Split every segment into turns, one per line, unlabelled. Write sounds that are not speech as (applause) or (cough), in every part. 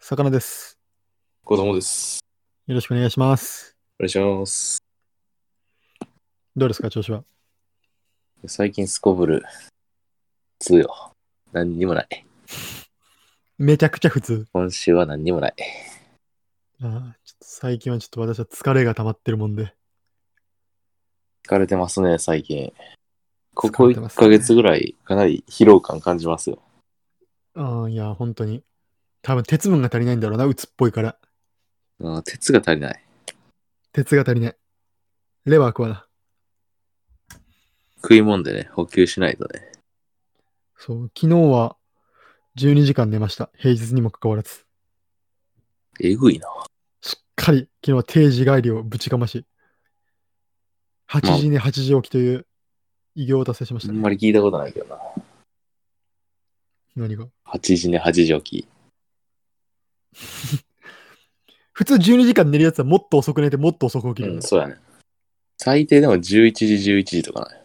魚です。
子供です。
よろしくお願いします。
お願いします。
どうですか、調子は。
最近すこぶる。普通よ。何にもない。
めちゃくちゃ普通。
今週は何にもない。
あーちょっと最近はちょっと私は疲れが溜まってるもんで。
疲れてますね、最近。ここ
疲れてま
1
すね
ヶ月ぐらい、かなり疲労感感じますよ。
あーいや、本当に。多分鉄分が足りないんだろうな、鬱っぽいから。
うん、鉄が足りない。
鉄が足りない。レバー食わな。
食い物でね、補給しないとね。
そう、昨日は12時間寝ました。平日にもかかわらず。
えぐいな。
しっかり、昨日は定時帰りをぶちかまし。8時に8時起きという偉業を達成しまし
あ
た。
んまり聞いたことないけどな。
何が
8時ね、8時起き。
普通12時間寝るやつはもっと遅く寝てもっと遅く起きるよね、
うん、そうやね。最低でも11時、11時とかね。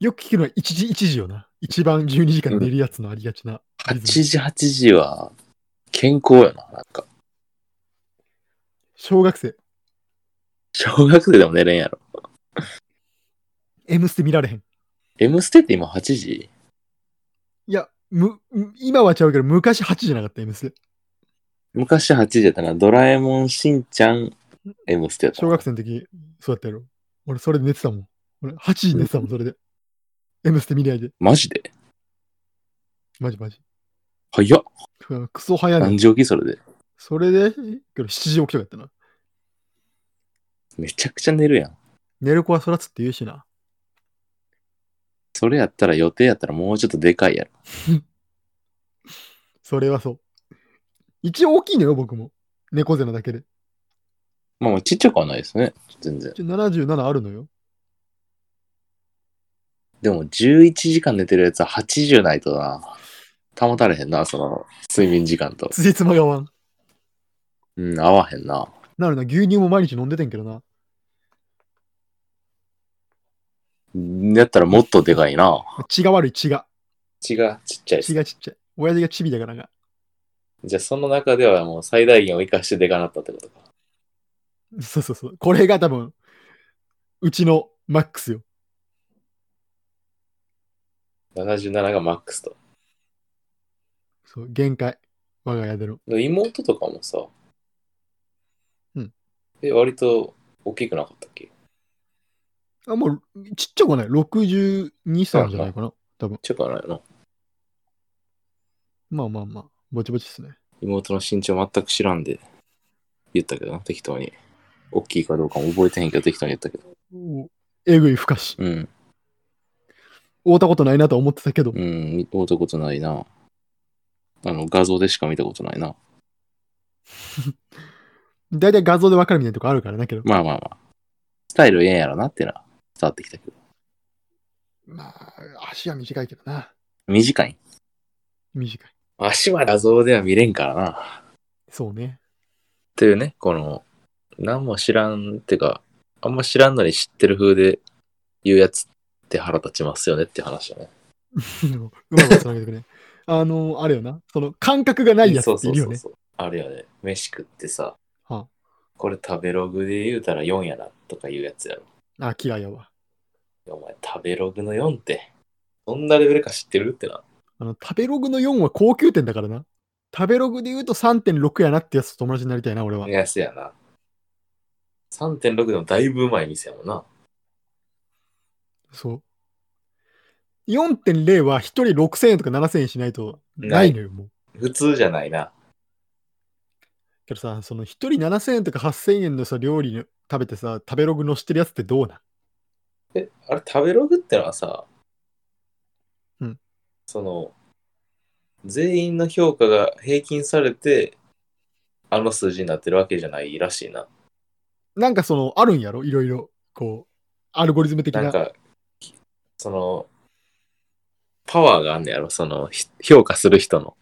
よく聞くのは1時1時よな。一番12時間寝るやつのありがちな。
8時、8時は、健康やな、なんか。
小学生、
小学生でも寝れんやろ。
M ステ見られへん。
M ステって今8時
いや、む、む今はちゃうけど、昔8時じゃなかった、M ステ。
昔8時やったな。ドラえもん、しんちゃん、M ステやった
小
な。
学生の時、そうやったやろ。俺、それで寝てたもん。俺、8時に寝てたもん、それで。M ステ見ないで。
マジで
マジマジ。
早っ。
うんクソ早いね
何
ん。
時起きそれで。
それで、けど7時起きとかやったな。
めちゃくちゃ寝るやん。
寝る子は育つって言うしな。
それやったら予定やったらもうちょっとでかいやろ。
それはそう。一応大きいのよ、僕も。猫背なだけで。
まあまあちっちゃくはないですね。全然。
一応77あるのよ。
でも11時間寝てるやつは80ないとな。保たれへんな、その睡眠時間と。
つじつまが合わん。
うん、合わへんな。
なるな、牛乳も毎日飲んでてんけどな。
うんやったらもっとでかいな。
血が悪い、血が。
血がちっちゃい
血がちっちゃい。親父がチビだからが。
じゃあその中ではもう最大限を生かしてでかなったってことか。
そうそうそう。これが多分、うちのマックスよ。
77がマックスと。
そう、限界。我が家での。
で妹とかもさ、
うん。
え、割と大きくなかったっけ
あ、もう、ちっちゃくはない。62歳じゃないかな。多分。
ちょっとないよな。
まあまあまあ、ぼちぼちっすね。
妹の身長全く知らんで言ったけどな、適当に。大きいかどうかも覚えてへんけど適当に言ったけど。
おえぐい不可視。
うん。
会うたことないなとは思ってたけど、
うん、見会ったことないな。あの、画像でしか見たことないな。
だいたい画像でわかるみたいなとこあるからなけど。
まあまあまあ。スタイルええんやろなってな、伝わってきたけど。
まあ、足は短いけどな。
短い。
短い。
足は画像では見れんからな。
そうね。 (laughs)
というね、この、何も知らんってか、あんま知らんのに知ってる風で言うやつって腹立ちますよねって話だね。
でもうまくつなげてくね。あの、あれよな。その、感覚がないやつっているよね。
そうそうそうそうあるよね。飯食ってさ、
は
これ食べログで言うたら4やなとか言うやつやろ。
あ、嫌いやわ。
いやお前食べログの4って、どんなレベルか知ってるってな。
あの、食べログの4は高級店だからな。食べログで言うと3.6やなってやつと友達になりたいな、俺は。
安やな。3.6でもだいぶうまい店やもんな。
そう。4.0は1人6000円とか7000円しないとないのよ、もう。
普通じゃないな。
けどさ、その1人7000円とか8000円のさ、料理の食べてさ、食べログ載してるやつってどうなん
え、あれ食べログってのはさ、
うん。
その、全員の評価が平均されて、あの数字になってるわけじゃないらしいな。
なんかその、あるんやろいろいろ、こう、アルゴリズム的
な。
なん
か、きその、パワーがあんねやろ、その、ひ評価する人の。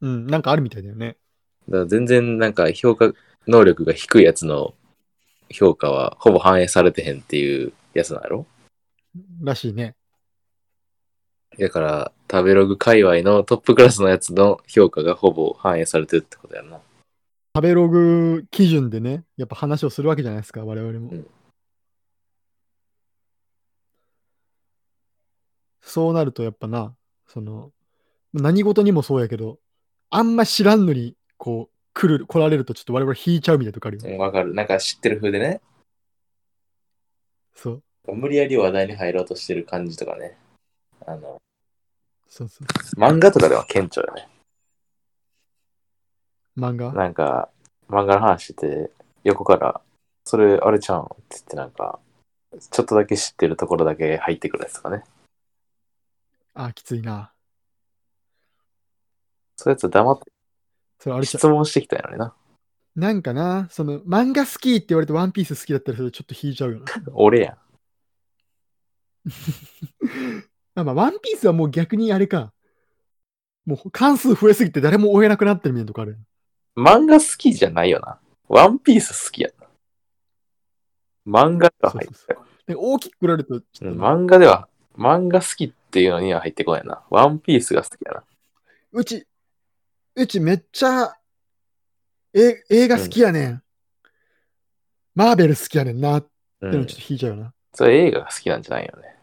うん、なんかあるみたいだよね。
だから全然、なんか、評価能力が低いやつの評価は、ほぼ反映されてへんっていうやつなんやろ
らしいね。
だから、食べログ界隈のトップクラスのやつの評価がほぼ反映されてるってことやな。
食べログ基準でね、やっぱ話をするわけじゃないですか、我々も。
うん
そうなると、やっぱな、その、何事にもそうやけど、あんま知らんのに、こう、来る、来られると、ちょっと我々引いちゃうみたいなとこあるよね。
わかる。なんか知ってる風でね、
そう、
無理やり話題に入ろうとしてる感じとかね。あの、
そうそう。
漫画とかでは顕著よね。
漫画
なんか、漫画の話してて、横から、それ、あれちゃうんって言って、なんか、ちょっとだけ知ってるところだけ入ってくるやつとかね。
あ、きついな。
そういうやつ黙っ
それあ
て
れちゃ
質問してきたんやのにな。
なんかな、その、漫画好きって言われてワンピース好きだったら、それちょっと引いちゃうよな。
俺やん。
(laughs) まあまあ、ワンピースはもう逆にあれか。もう関数増えすぎて誰も追えなくなってるみたいなとこある。
漫画好きじゃないよな。ワンピース好きやな。漫画が入ってたよ。
なんか大きくくられると、ち
う
ょっ
ん
とな
漫画では、漫画好きっていうのには入ってこないな。ワンピースが好きやな。
うち、うちめっちゃ、え、映画好きやねん。マーベル好きやねんなって
う
の
ん
ちょ。っと引いちゃうよな。
それ映画が好きなんじゃないよね。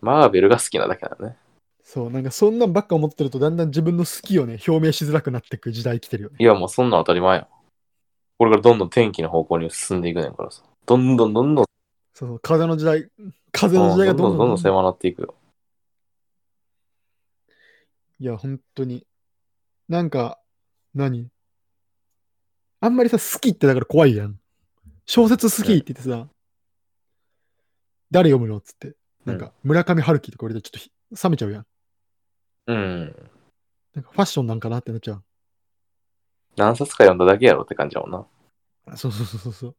マーベルが好きなだけなのね。
そう、なんかそんなんばっか思ってると、だんだん自分の好きをね、表明しづらくなってく時代来てるよね。
いや、もうそんなん当たり前やん。これからどんどん天気の方向に進んでいくねんからさ。どんどんどんどん、
そうそう、風の時代、風の
どん
時代が
どんど
ど
ん
ん
ど
ど
ん
ん
どん狭なっていくよ。
いや、本当に。なんか、何あんまりさ、好きってだから怖いやん。小説好きって言ってさ、誰読むのっつって。なんか、村上春樹とか俺でちょっとひ冷めちゃうやん。
うん。
なんかファッションなんかなってなっちゃう。
何冊か読んだだけやろって感じやもんな。
そうそうそうそうそう。っ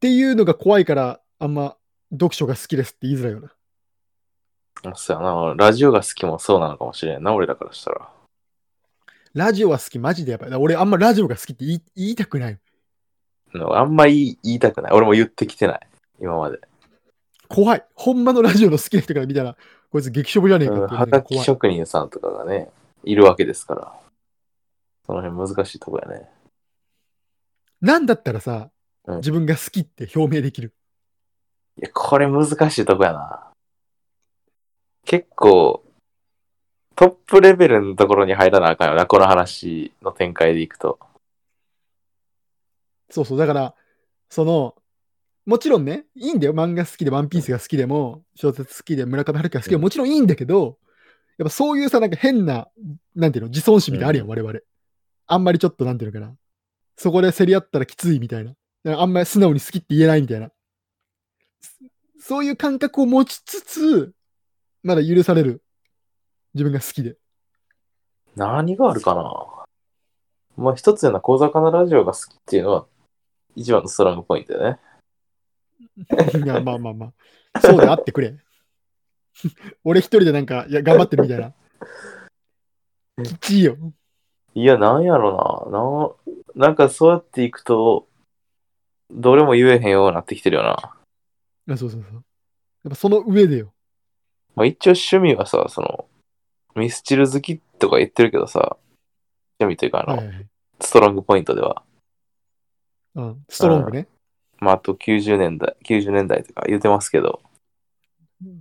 ていうのが怖いから、あんま読書が好きですって言いづらいよな。
そうやな。ラジオが好きもそうなのかもしれんな、俺らからしたら。
ラジオは好き、マジでやばい。だから俺あんまラジオが好きって言い言いたくない。
うんあんま言い言いたくない。俺も言ってきてない。今まで。
怖い。ほんまのラジオの好きな人から見たら、こいつ激しょぼじゃねえかって
う
い
ん、
うの
は
が
がき
怖い。
職人さんとかがね、いるわけですから。その辺難しいとこやね。
なんだったらさ、
うん
自分が好きって表明できる。
いや、これ難しいとこやな。結構、トップレベルのところに入らなあかんよな、この話の展開でいくと。
そうそう、だから、その、もちろんね、いいんだよ。漫画好きで、ワンピースが好きでも、小説好きで、村上春樹が好きで
うん
も、もちろんいいんだけど、やっぱそういうさ、なんか変な、なんていうの、自尊心みたいなのあるやん、
う
我々。あんまりちょっと、なんていうのかな。そこで競り合ったらきついみたいな。なんかあんまり素直に好きって言えないみたいな。そそういう感覚を持ちつつ、まだ許される。自分が好きで。
何があるかなまあ、一つような小魚ラジオが好きっていうのは、一番のストロングポイントだよね。
いや、まあまあまあ。そうであってくれ。 (laughs) 俺一人でなんか、いや、頑張ってるみたいな。きっちいよ。
いや、なんやろな。なん、なんかそうやっていくと、どれも言えへんようになってきてるよな。
あそうそうそう。やっぱその上でよ。
まあ、一応趣味はさ、その、ミスチル好きとか言ってるけどさ、趣味というかあ
はい
の、
はいはい
ストロングポイントでは、
うん、ストロングね。
まあ、あと90年代、90年代とか言うてますけど。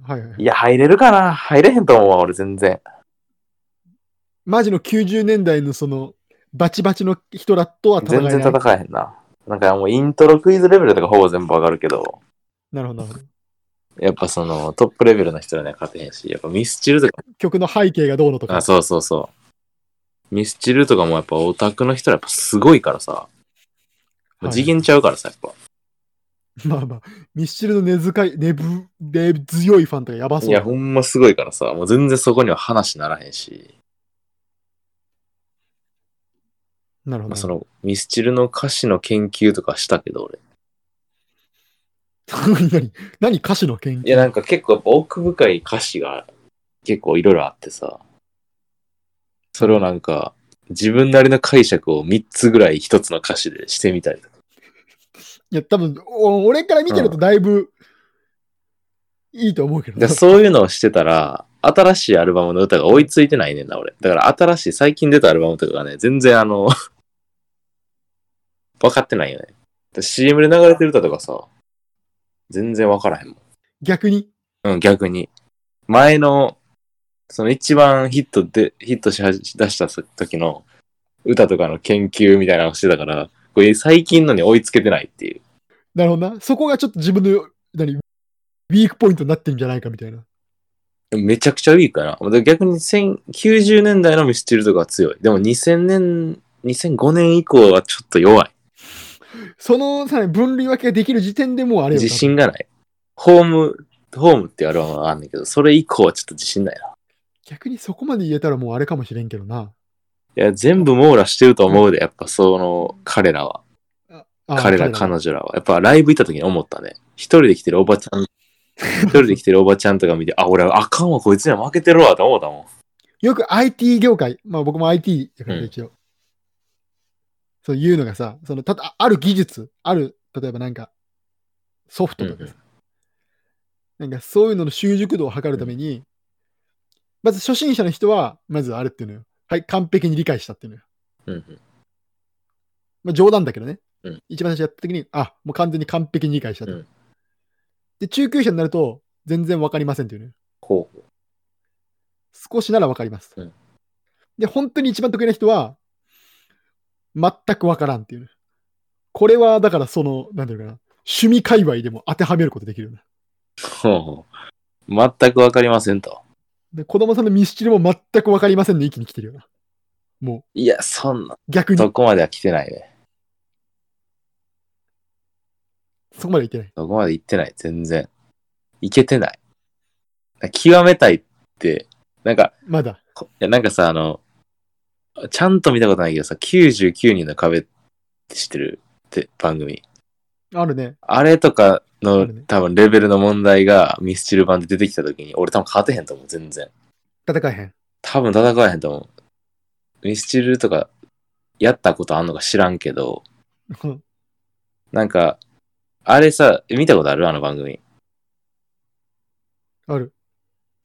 はいはいはいい。
や、入れるかな入れへんと思うわ、俺全然。
マジの90年代のその、バチバチの人らとは戦え
全
ない。
然戦えへんな。なんかもうイントロクイズレベルとかほぼ全部わかるけど、
なるほど、なるほど。
やっぱそのトップレベルの人らには勝てへんし、やっぱミスチルとか、
曲の背景がどうのとか。
あ、そうそうそう。ミスチルとかもやっぱオタクの人らやっぱすごいからさ、もう次元ちゃうからさ、やっぱ。
まあまあ、ミスチルの根深い、根ぶ、根強いファンとかやばそう。
いや、ほんますごいからさ、もう全然そこには話ならへんし、
なるほ
ま
ど。
あ、そのミスチルの歌詞の研究とかしたけど、俺。
(laughs) 何何歌詞の研
いや、
究
なんか結構やっぱ奥深い歌詞が結構いろいろあってさ、それをなんか自分なりの解釈を3つぐらい1つの歌詞でしてみたりとか。
いや、多分お俺から見てるとだいぶ、いいと思うけど
で
な。
そういうのをしてたら、新しいアルバムの歌が追いついてないねんな、俺。だから新しい、最近出たアルバムとかがね、全然あの、 (laughs) 分かってないよね。で CM で流れてる歌とかさ、全然分からへんもん。
逆に。
うん、逆に。前の、その一番ヒットで、ヒットしはじ出した時の歌とかの研究みたいなのをしてたから、これ最近のに追いつけてないっていう。
なるほどな。そこがちょっと自分の、何、ウィークポイントになってんじゃないかみたいな。
めちゃくちゃウィークやな。で逆に1000 90年代のミスチルとかは強い。でも2000年、2005年以降はちょっと弱い。
そのさ、分類分けができる時点でもうあれよな。
自信がない。ホーム、ホームっていうアルバムがあんねんけど、それ以降はちょっと自信ないな。
逆にそこまで言えたらもうあれかもしれんけどな。
いや、全部網羅してると思うで、やっぱその、彼らは。
あ
彼ら、彼女らは。やっぱライブ行った時に思ったね。一人で来てるおば (laughs) ちゃん、一人で来てるおばちゃんとか見て、あ、俺あかんわ、こいつには負けてるわ、と思ったもん。
よく IT 業界、まあ僕も IT だからね
うん
一応、そういうのがさ、そのただある技術、ある、例えばなんかソフトとかさ、なんかそういうのの習熟度を測るために、まず初心者の人は、まずあれっていうのよ。はい、完璧に理解したっていうのよ。
うんうん。
まあ冗談だけどね。
うん
一番最初やった時に、あ、もう完全に完璧に理解したと。
うん
で、中級者になると、全然わかりませんっていうね。
ほう。
少しならわかります。
うん
で、本当に一番得意な人は、全くわからんっていうね。これは、だからその、なんていうのかな、趣味界隈でも当てはめることできるよね。
ほうほう。全くわかりませんと。
で、子供さんのミスチルも全くわかりませんの域に来てるよな。も
いや、そんな
う、逆に、
と
そ
こまでは来てないね。
こまでいけない。
そこまで行ってない、全然。いけてない。極めたいって、なんか、
まだ。
こいやなんかさ、あの、ちゃんと見たことないけどさ、99人の壁って知ってるって番組。
あるね。
あれとか
あ
の、
るね
多分レベルの問題がミスチル版で出てきた時に、俺多分勝てへんと思う、全然。
戦えへん。
多分戦えへんと思う。ミスチルとか、やったことあんのか知らん
(laughs)
けど、
うん
なんか、あれさ、見たことあるあの番組。
ある。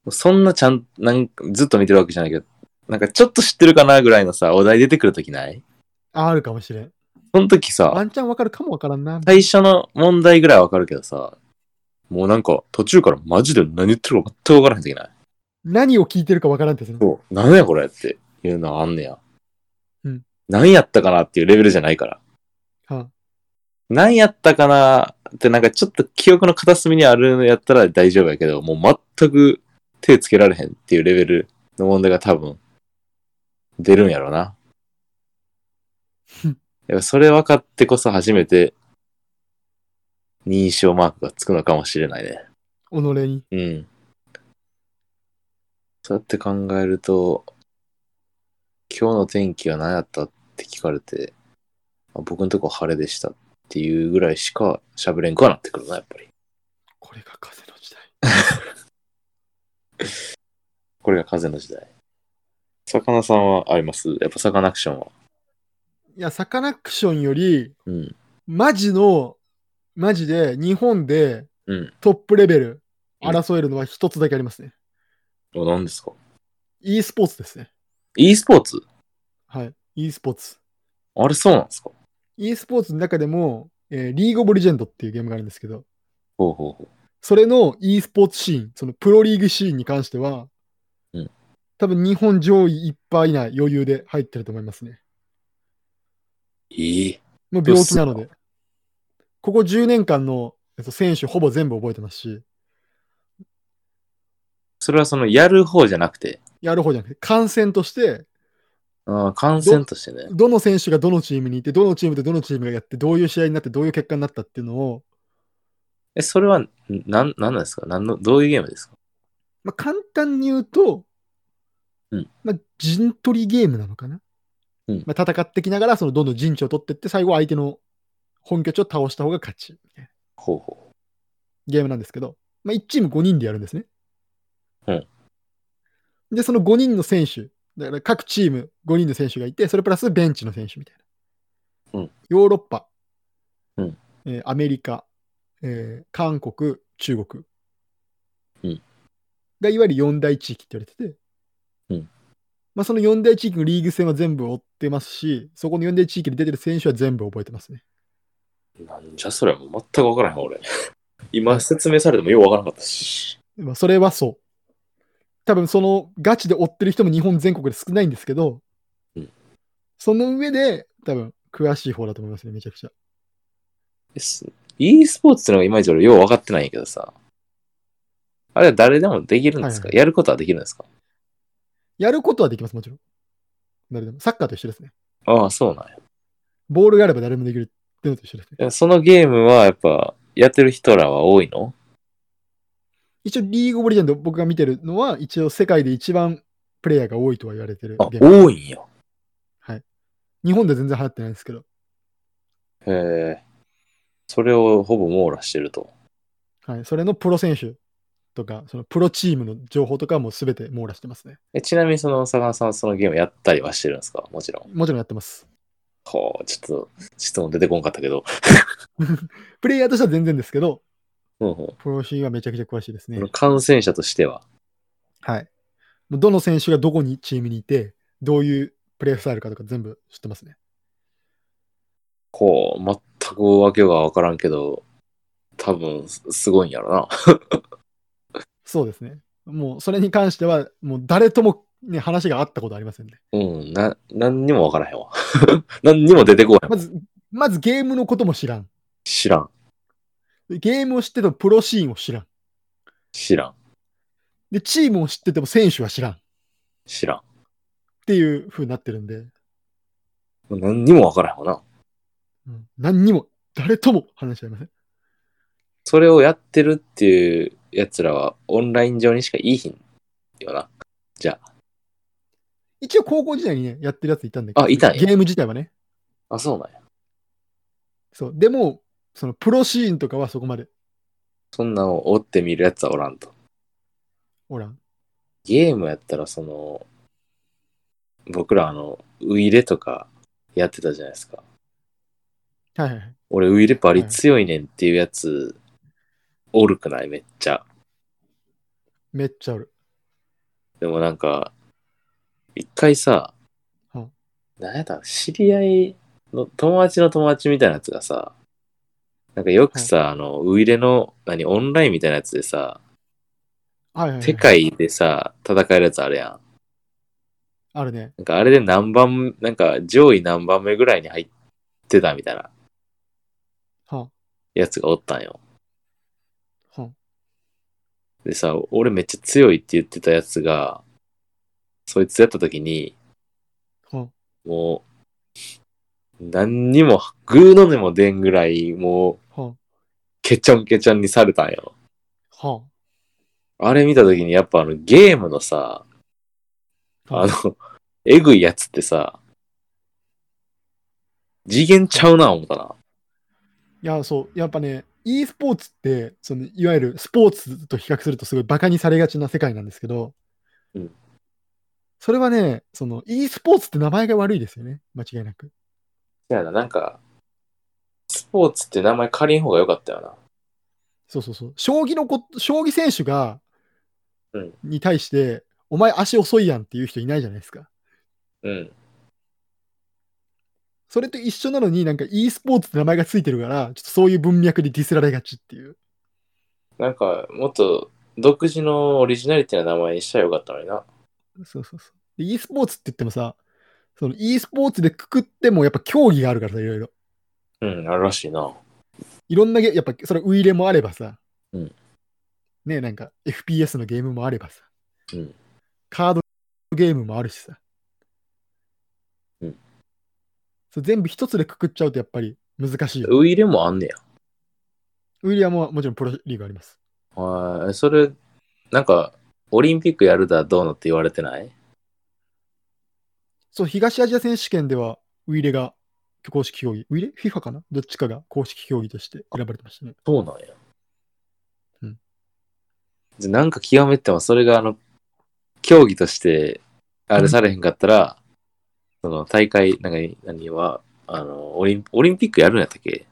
そんなちゃん、なんかずっと見てるわけじゃないけど、なんかちょっと知ってるかなぐらいのさ、お題出てくるときない
ああるかもしれん。
その時
ワ
さ、
ンチャンわかるかもわからんな。
最初の問題ぐらいわかるけどさ、もうなんか途中からマジで何言ってるか全くわからへんときない
何を聞いてるかわからんってその
そう。何やこれっていうのあんねや。
うん。
何やったかなっていうレベルじゃないから。
は
何やったかなってなんかちょっと記憶の片隅にあるのやったら大丈夫やけど、もう全く手つけられへんっていうレベルの問題が多分出るんやろうな
うん。
やっぱそれ分かってこそ初めて認証マークがつくのかもしれないね。
己に。
うん。そうやって考えると、今日の天気は何やったって聞かれて、あ僕のとこ晴れでしたっていうぐらいしか喋れんくはなってくるな、やっぱり。
これが風の時代。
これが風の時代。魚さんはありますやっぱ魚アクションは。
いや、サカナクションより、
うん。
マジの、マジで日本で
うん。
トップレベル争えるのは一つだけありますね。
お何ですか
e スポーツですね。
?e スポーツ
はい。e スポーツ。
あれそうなんですか
e スポーツの中でも、えーリーグ・オブ・レジェンドっていうゲームがあるんですけど、
ほうほうほ
それの e スポーツシーン、そのプロリーグシーンに関しては、
うん
多分日本上位いっぱい以内余裕で入ってると思いますね。
う。ええ
もう病気なので。ここ10年間のえっと選手ほぼ全部覚えてますし、
それはそのやる方じゃなくて、
やる方じゃなくて、観戦として、
あー観戦としてね。
どの選手がどのチームにいて、どのチームとどのチームがやって、どういう試合になって、どういう結果になったっていうのを、
え、それは、んなん、なんなんですかなんの、どういうゲームですか
まあ、簡単に言うと、
うん
まあ、陣取りゲームなのかな。
うん
まあ、戦ってきながら、そのどんどん陣地を取っていって、最後相手の本拠地を倒した方が勝ち。
ほうほう。
ゲームなんですけど、まあ、1チーム5人でやるんですね。
うん
で、その5人の選手、だから各チーム5人の選手がいて、それプラスベンチの選手みたいな。
うん
ヨーロッパ、
うん
えーアメリカ、えー韓国、中国
うん
がいわゆる四大地域って言われてて、
うん
まあ、その四大地域のリーグ戦は全部追ってますし、そこの四大地域に出てる選手は全部覚えてますね。
なんじゃそれはもう全く分からへん、俺。 (laughs) 今説明されてもよう分からなかったし。
まあ、それはそう。多分そのガチで追ってる人も日本全国で少ないんですけど、
うん
その上で多分詳しい方だと思いますね、めちゃくちゃ。
です e スポーツってのがいまいち俺よう分かってないんやけどさ。あれは誰でもできるんですか、
は
やることはできるんですか
やることはできます、もちろん。誰でも。サッカーと一緒ですね。
ああ、そうなんや
ボールがあれば誰でもできるってのと一緒ですね。
え。そのゲームはやっぱ、やってる人らは多いの
一応、リーグオブレジェンド、僕が見てるのは、一応、世界で一番プレイヤーが多いとは言われてる
あ、
ゲーム。
多いんや。
日本では全然流行ってないんですけど、
へえ。それをほぼ網羅してると。
はい、それのプロ選手とか、そのプロチームの情報とかはもうすべて網羅してますね。
えちなみにその、坂田さんはそのゲームやったりはしてるんですかもちろん。
もちろんやってます。
ほう、ちょっと質問出てこんかったけど。
プレイヤーとしては全然ですけど、
うんうん
プロシーンはめちゃくちゃ詳しいですね
その。感染者としては。
はい。もうどの選手がどこにチームにいて、どういうプレースタイルかとか全部知ってますね。
こう、全くわけがわからんけど、多分、すすごいんやろな。
そうですね。もうそれに関しては、もう誰とも、ね、話があったことありませんね。
うん、な、何にもわからへんわ。 (laughs) 何にも出てこへん。
まず、まずゲームのことも知らん。
知らん。
ゲームを知っててもプロシーンを知らん。
知らん。
で、チームを知ってても選手は知らん。っ
知らん。
ていう風になってるんで、
何にもわからへんわな。
うん何にも、誰とも話し合いません。
それをやってるっていうやつらは、オンライン上にしかいいひんよな。
一応高校時代にね、やってるやついたんだけど、
あいたんや
ゲーム自体はね。
あ、そうなんや。
そう。でも、そのプロシーンとかはそこまで
そんなんを追ってみるやつはおらんと。
おらん。
ゲームやったら、その、僕らあの、ウイレとかやってたじゃないですか。
はいはいはい。
俺、ウイレバリ強いねんっていうやつ、おるくないめっちゃ。
めっちゃおる。
でもなんか、一回さ、
うん
なんやった知り合いの友達の友達みたいなやつがさ、なんかよくさ、あの、ウイレの、何、オンラインみたいなやつでさ、
はいはい、はい。
世界でさ、戦えるやつあるやん。
あるね。
なんかあれで何番、なんか上位何番目ぐらいに入ってたみたいな
は
やつがおったんよ。
あ、はあ、
でさ、俺めっちゃ強いって言ってたやつが、そいつやった時に、
は
もう、何にも、グーの音も出んぐらい、もう、
あ、は
ケチョンケチョンにされたんよ。
あ、は
あれ見た時に、やっぱあの、ゲームのさ、
あ。
あの、えぐいやつってさ、次元ちゃうな、思ったな。
いや、そう、やっぱね、e スポーツって、そのいわゆるスポーツと比較するとすごいバカにされがちな世界なんですけど、
うん
それはね、その e スポーツって名前が悪いですよね、間違いなく。
そうやな、なんか、スポーツって名前借りん方が良かったよな。
そうそうそう、将棋のこ将棋選手が、
うん
に対して、お前足遅いやんっていう人いないじゃないですか。
うん。
それと一緒なのになんか e スポーツって名前がついてるから、ちょっとそういう文脈でディスられがちっていう。
なんか、もっと、独自のオリジナリティな名前にしたらよかったのにな。
そうそうそう。で e スポーツって言ってもさ、その e スポーツでくくってもやっぱ競技があるからさ、いろいろ。
うん、あるらしいな。
いろんなゲやっぱそれウイレもあればさ、
うん
ねなんか FPS のゲームもあればさ、
うん
カードゲームもあるしさ、
うん
そう全部一つでくくっちゃうとやっぱり難しいよ。
ウイレもあんねや。
ウイレはもうもちろんプロリーグあります。
はい、それ、なんか、オリンピックやるだどうのって言われてない
そう、東アジア選手権ではウイレが公式競技、ウイレ ?FIFA かなどっちかが公式競技として選ばれてましたね。
そうなんや。
うん
で。なんか極めても、それが、あの、競技として、あれされへんかったら、その大会、なんか、何は、あの、オリン、オリンピックやるんやったっけ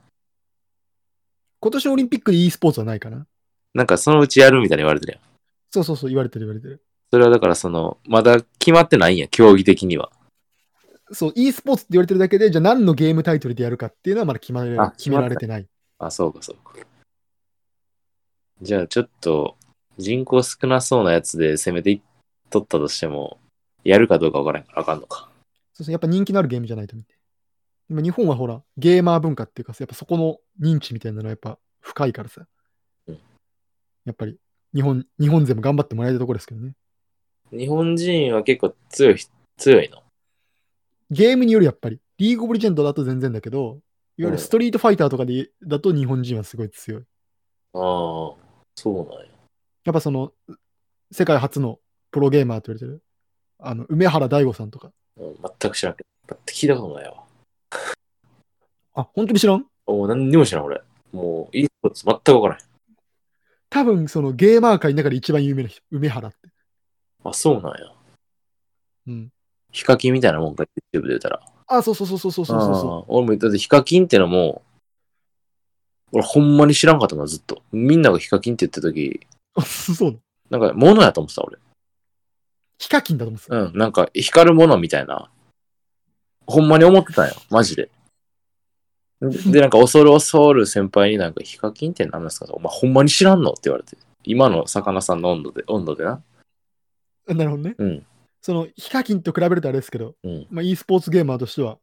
今年のオリンピックで e スポーツはないかな
なんかそのうちやるみたいに言われてるやん。
そうそうそう、言われてる言われてる。
それはだからその、まだ決まってないんや、競技的には。
そう、e スポーツって言われてるだけで、じゃあ何のゲームタイトルでやるかっていうのはまだ決まれ
あ
決められてない。
あ、そうかそうか。じゃあちょっと、人口少なそうなやつで攻めていっとったとしても、やるかどうかわからんからあかんのか。
そうそう、やっぱ人気のあるゲームじゃないと見て。今日本はほら、ゲーマー文化っていうかさ、やっぱそこの認知みたいなのはやっぱ深いからさ。
うん
やっぱり、日本、日本勢も頑張ってもらえるところですけどね。
日本人は結構強い、強いの。
ゲームによるやっぱり、リーグオブレジェンドだと全然だけど、いわゆるストリートファイターとかで、だと日本人はすごい強い。
ああ、そうなんや。
やっぱその、世界初のプロゲーマーと言われてる、あの、梅原大悟さんとか。
うん全く知らんけど。だって聞いたことないわ。
あ、本当に知らん
もう何にも知らん、俺。もう、e スポーツ全くわからん。
多分そのゲーマー界の中で一番有名な人、梅原って。
あ、そうなんや。
うん。
ヒカキンみたいなもんか、YouTube で出たら。
あ、そうそうそうそうそうそうそうそう。
あー俺も、だってヒカキンってのも、俺ほんまに知らんかったな、ずっと。みんながヒカキンって言った時、
あ (laughs) そうなの。
なんか、ものやと思ってた、俺。
ヒカキンだと思ってた。
うん、なんか、光るものみたいな。ほんまに思ってたんよ、マジで。で、なんか、恐る恐る先輩になんか、ヒカキンって何なんですかお前ほんまに知らんのって言われて。今の魚さんの温度で、温度でな。
あなるほどね。
うん。
そのヒカキンと比べるとあれですけど、
うん。
まあ、e スポーツゲーマーとしては、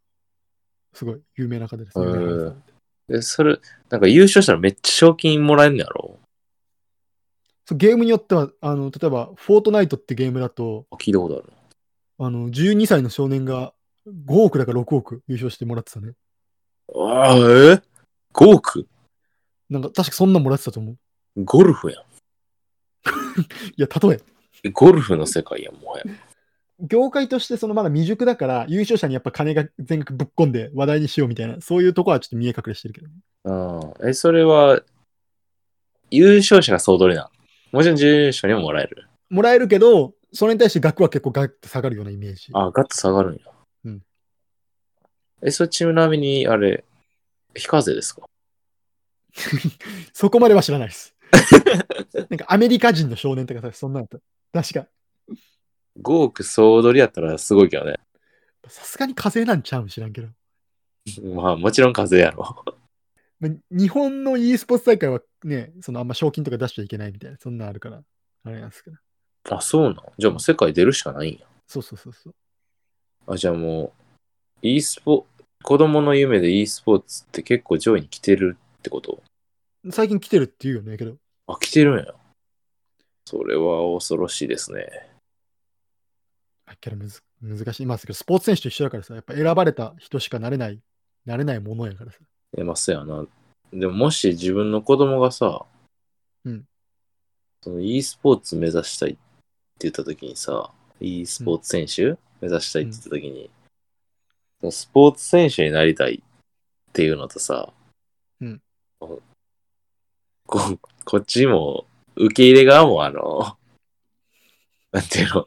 すごい有名な方ですね。
うん
梅原さんって
で、それ、なんか優勝したらめっちゃ賞金もらえんのやろ
そうゲームによっては、あの例えば、フォートナイトってゲームだと、
あ聞いたことあるな。
あの12歳の少年が5億だか6億優勝してもらってたね。
ああ、えー、?5 億
なんか、確かそんなんもらってたと思う。
ゴルフやん
いや、例え、
え。ゴルフの世界やん、もはや。
業界としてそのまだ未熟だから、優勝者にやっぱ金が全額ぶっ込んで話題にしようみたいな、そういうとこはちょっと見え隠れしてるけどね。
うん。え、それは、優勝者が総取りなん。もちろん準優勝にももらえる。
もらえるけど、それに対して額は結構ガッと下がるようなイメージ。
あ、ガッと下がるんや。
うん。
え、それちなみに、あれ、非課税ですか
そこまでは知らないです。なんかアメリカ人の少年とかさ、そんなのと。確か。
?5 億総取りやったらすごいけどね。 (laughs)
さすがに課税なんちゃうん知らんけど。
まあ、もちろん課税やろ。
ま日本の e スポーツ大会はね、そのあんま賞金とか出しちゃいけないみたいな、そんなんあるから。あれなんですけど。
あ、そうなん。じゃあもう世界出るしかないんや。
そうそうそうそう。
あ、じゃあもう、e スポ、子供の夢で e スポーツって結構上位に来てるってこと
最近来てるって言うよね、けど。
あ、来てるんや。それは恐ろしいですね。
あっけどむず難しい。まあ、けどスポーツ選手と一緒だからさ、やっぱ選ばれた人しかなれない、なれないものやからさ。
え、まあ、そうやな。でも、もし自分の子供がさ、
うん。
その e スポーツ目指したいって言った時にさ、e スポーツ選手、目指したいって言った時に、そのスポーツ選手になりたいっていうのとさ、
うん。
こここっちも、受け入れ側もあの、なんていうの、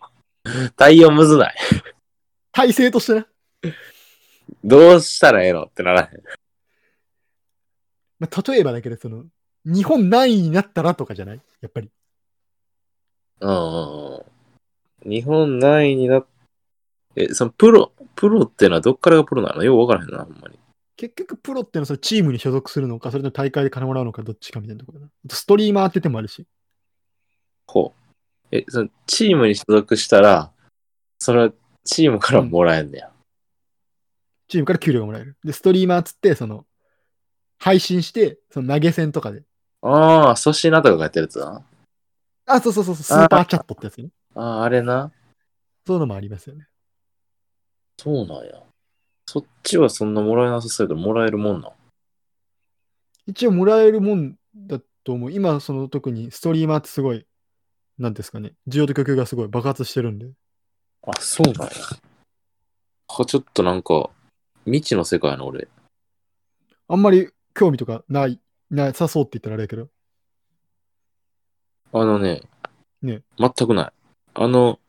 対応むずない。
体制としてな。
どうしたらええのってならへん。
まあ、例えばだけど、その、日本何位になったらとかじゃないやっぱり。
うんうんうん。日本何位になっえ、そのプロ、プロってのはどっからがプロなのよう分からへんな、ほんまに。
結局、プロってのはそのチームに所属するのか、それとも大会で金もらうのか、どっちかみたいなところだな。あとストリーマーって手もあるし。
ほう。え、そのチームに所属したら、そのチームからもらえんねや。
チームから給料がもらえる。で、ストリーマーっつって、その、配信して、その投げ銭とかで。
ああ、粗品とかがやってるやつだな。
あ、そうそうそうそう、スーパーチャットってやつね。
ああ、あれな。
そういうのもありますよね。
そうなんや。そっちはそんなもらえなさそうやけど、もらえるもんなん。
一応もらえるもんだと思う。今、その特にストリーマーってすごい、なんですかね、需要と供給がすごい爆発してるんで。
あ、そうなんや。あちょっとなんか、未知の世界やな、俺。
あんまり興味とかない、なさそうって言ったらあれやけど。
あのね、
ね
全くない。あの、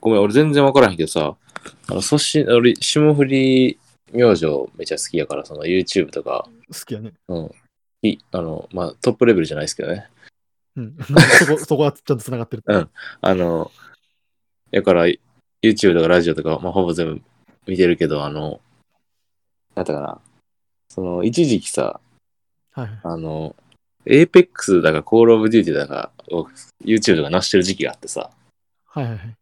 ごめん、俺全然わからへんけどさ、あの、そし、俺、霜降り明星めちゃ好きやから、その YouTube とか、
好きやね。
うん。いあの、まあ、トップレベルじゃないですけどね。 (laughs)
うん。そこ、そこはちゃんと繋がってる。
うんあの、だから、YouTube とかラジオとか、まあ、ほぼ全部見てるけど、あの、なんだかな。その、一時期さ、
はいはい。
あの、Apex だか、Call of Duty だかを YouTube とかなしてる時期があってさ、
はいはいはい。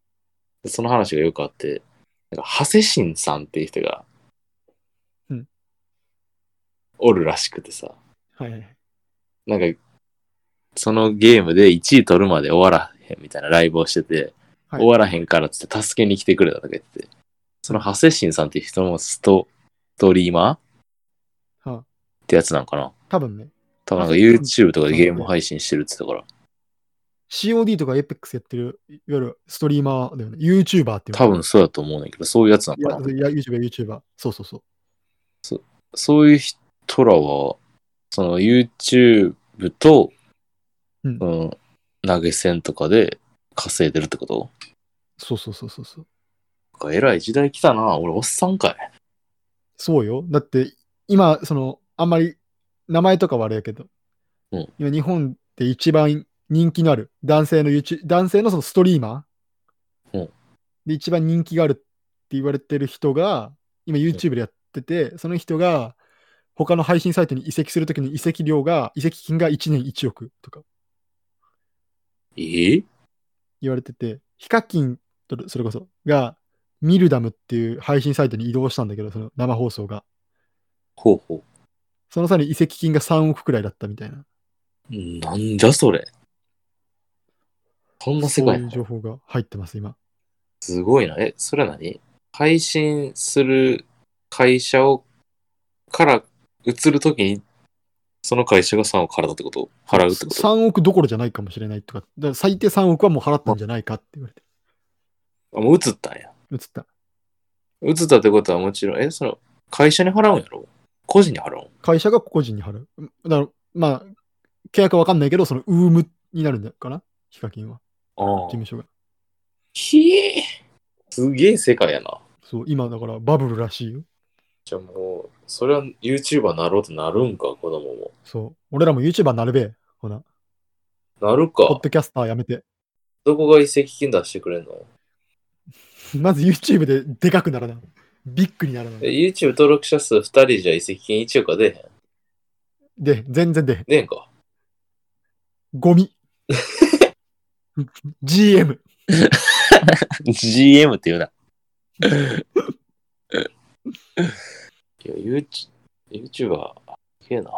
でその話がよくあって、なんか、ハセシンさんっていう人が、
うん
おるらしくてさ、
はいはいはい。
なんか、そのゲームで1位取るまで終わらへんみたいなライブをしてて、
はい
終わらへんからっつって助けに来てくれたとか言ってて、そのハセシンさんっていう人もスト、ストリーマー、
はあ
ってやつなんかな
多分ね、
多分なんか
ハセシン
YouTube とかでゲーム配信してるって言ってたから、
COD とか APEX やってる、いわゆるストリーマーだよね。YouTuber っていう
多
の。
分そうだと思うねんだけど、そういうやつなんかない
や、いや YouTuber、YouTuber。そうそうそう。
そういう人らは、その YouTube と、
うん
その投げ銭とかで稼いでるってこと
そうそうそうそうそう。
なんか偉い時代来たな。俺、おっさんかい。
そうよ。だって、今、その、あんまり、名前とかはあれやけど、
うん
今、日本で一番人気のある、男性の YouTube、男性のそのストリーマー、
うん
で、一番人気があるって言われてる人が、今 YouTube でやってて、その人が、他の配信サイトに移籍するときの移籍料が、移籍金が1年1億とか
え
言われてて、ヒカキンと、それこそ、が、ミルダムっていう配信サイトに移動したんだけど、その生放送が。
ほうほ
その際に移籍金が3億くらいだったみたいな。
う。なんじゃそれ。そんな世
そう
界
いう情報が入ってます、今。
すごいな。え、それは何配信する会社を、から移るときに、その会社が3を払うってこと払うってこと
3億どころじゃないかもしれないとか、だから最低3億はもう払ったんじゃないかって言われて、
あもう移ったんや。
映った。
移ったってことはもちろん、え、その、会社に払うんやろ個人に払うん
会社が個人に払う。だから、まあ、契約はわかんないけど、そのウームになるんだかな、ヒカキンは、
あ
事務所が。
ひえすげえ世界やな。
そう、今だからバブルらしいよ。
じゃあもう、それは YouTuber なろうとなるんか、子供も。
そう、俺らも YouTuber になるべ。ほな、
なる
ポッ
か。
ドキャスターやめて。 (laughs)
どこが移籍金出してくれんの
まず YouTube ででかくならな。ビッグにならな
え。YouTube 登録者数2人じゃ移籍金1億は出へん。
で、全然で、
出へんか。
ゴ (laughs) ミ。GM。
GM って言う (laughs) な。いや、YouTube、YouTuber、すげえな。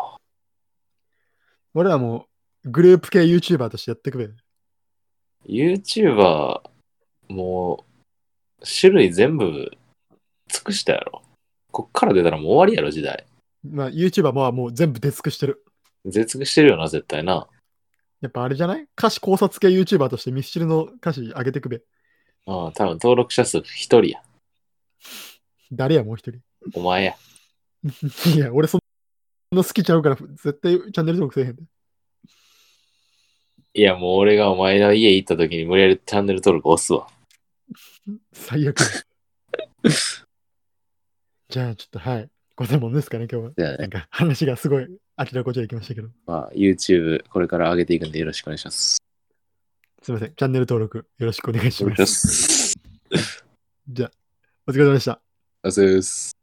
俺らもグループ系 YouTuber としてやってくべ。
YouTuber、もう、種類全部尽くしたやろ。こっから出たらもう終わりやろ、時代。
まあ、YouTuber ももう全部出尽くしてる。
絶尽くしてるよな、絶対な。
やっぱあれじゃない歌詞考察系 YouTuber としてミスチルの歌詞上げてくべ。
うん、多分登録者数1人や。
誰やもう一
お前や。
人。いや、俺そんな好きちゃうから、絶対チャンネル登録せえへんで。
いや、もう俺がお前の家行った時に無理やりチャンネル登録押すわ。
最悪。 (laughs) じゃあ、ちょっとはい。ご専門ですかね、今日は。
じゃあ
な
ね
ん、か話がすごいあちらこちら行きましたけど。
まあ、YouTube これから上げていくんでよろしくお願いします。
すみません。チャンネル登録よろしくお願いし
お願
ま。
いしますす。
じゃあ、お疲れ様でした。
ありがとうございます。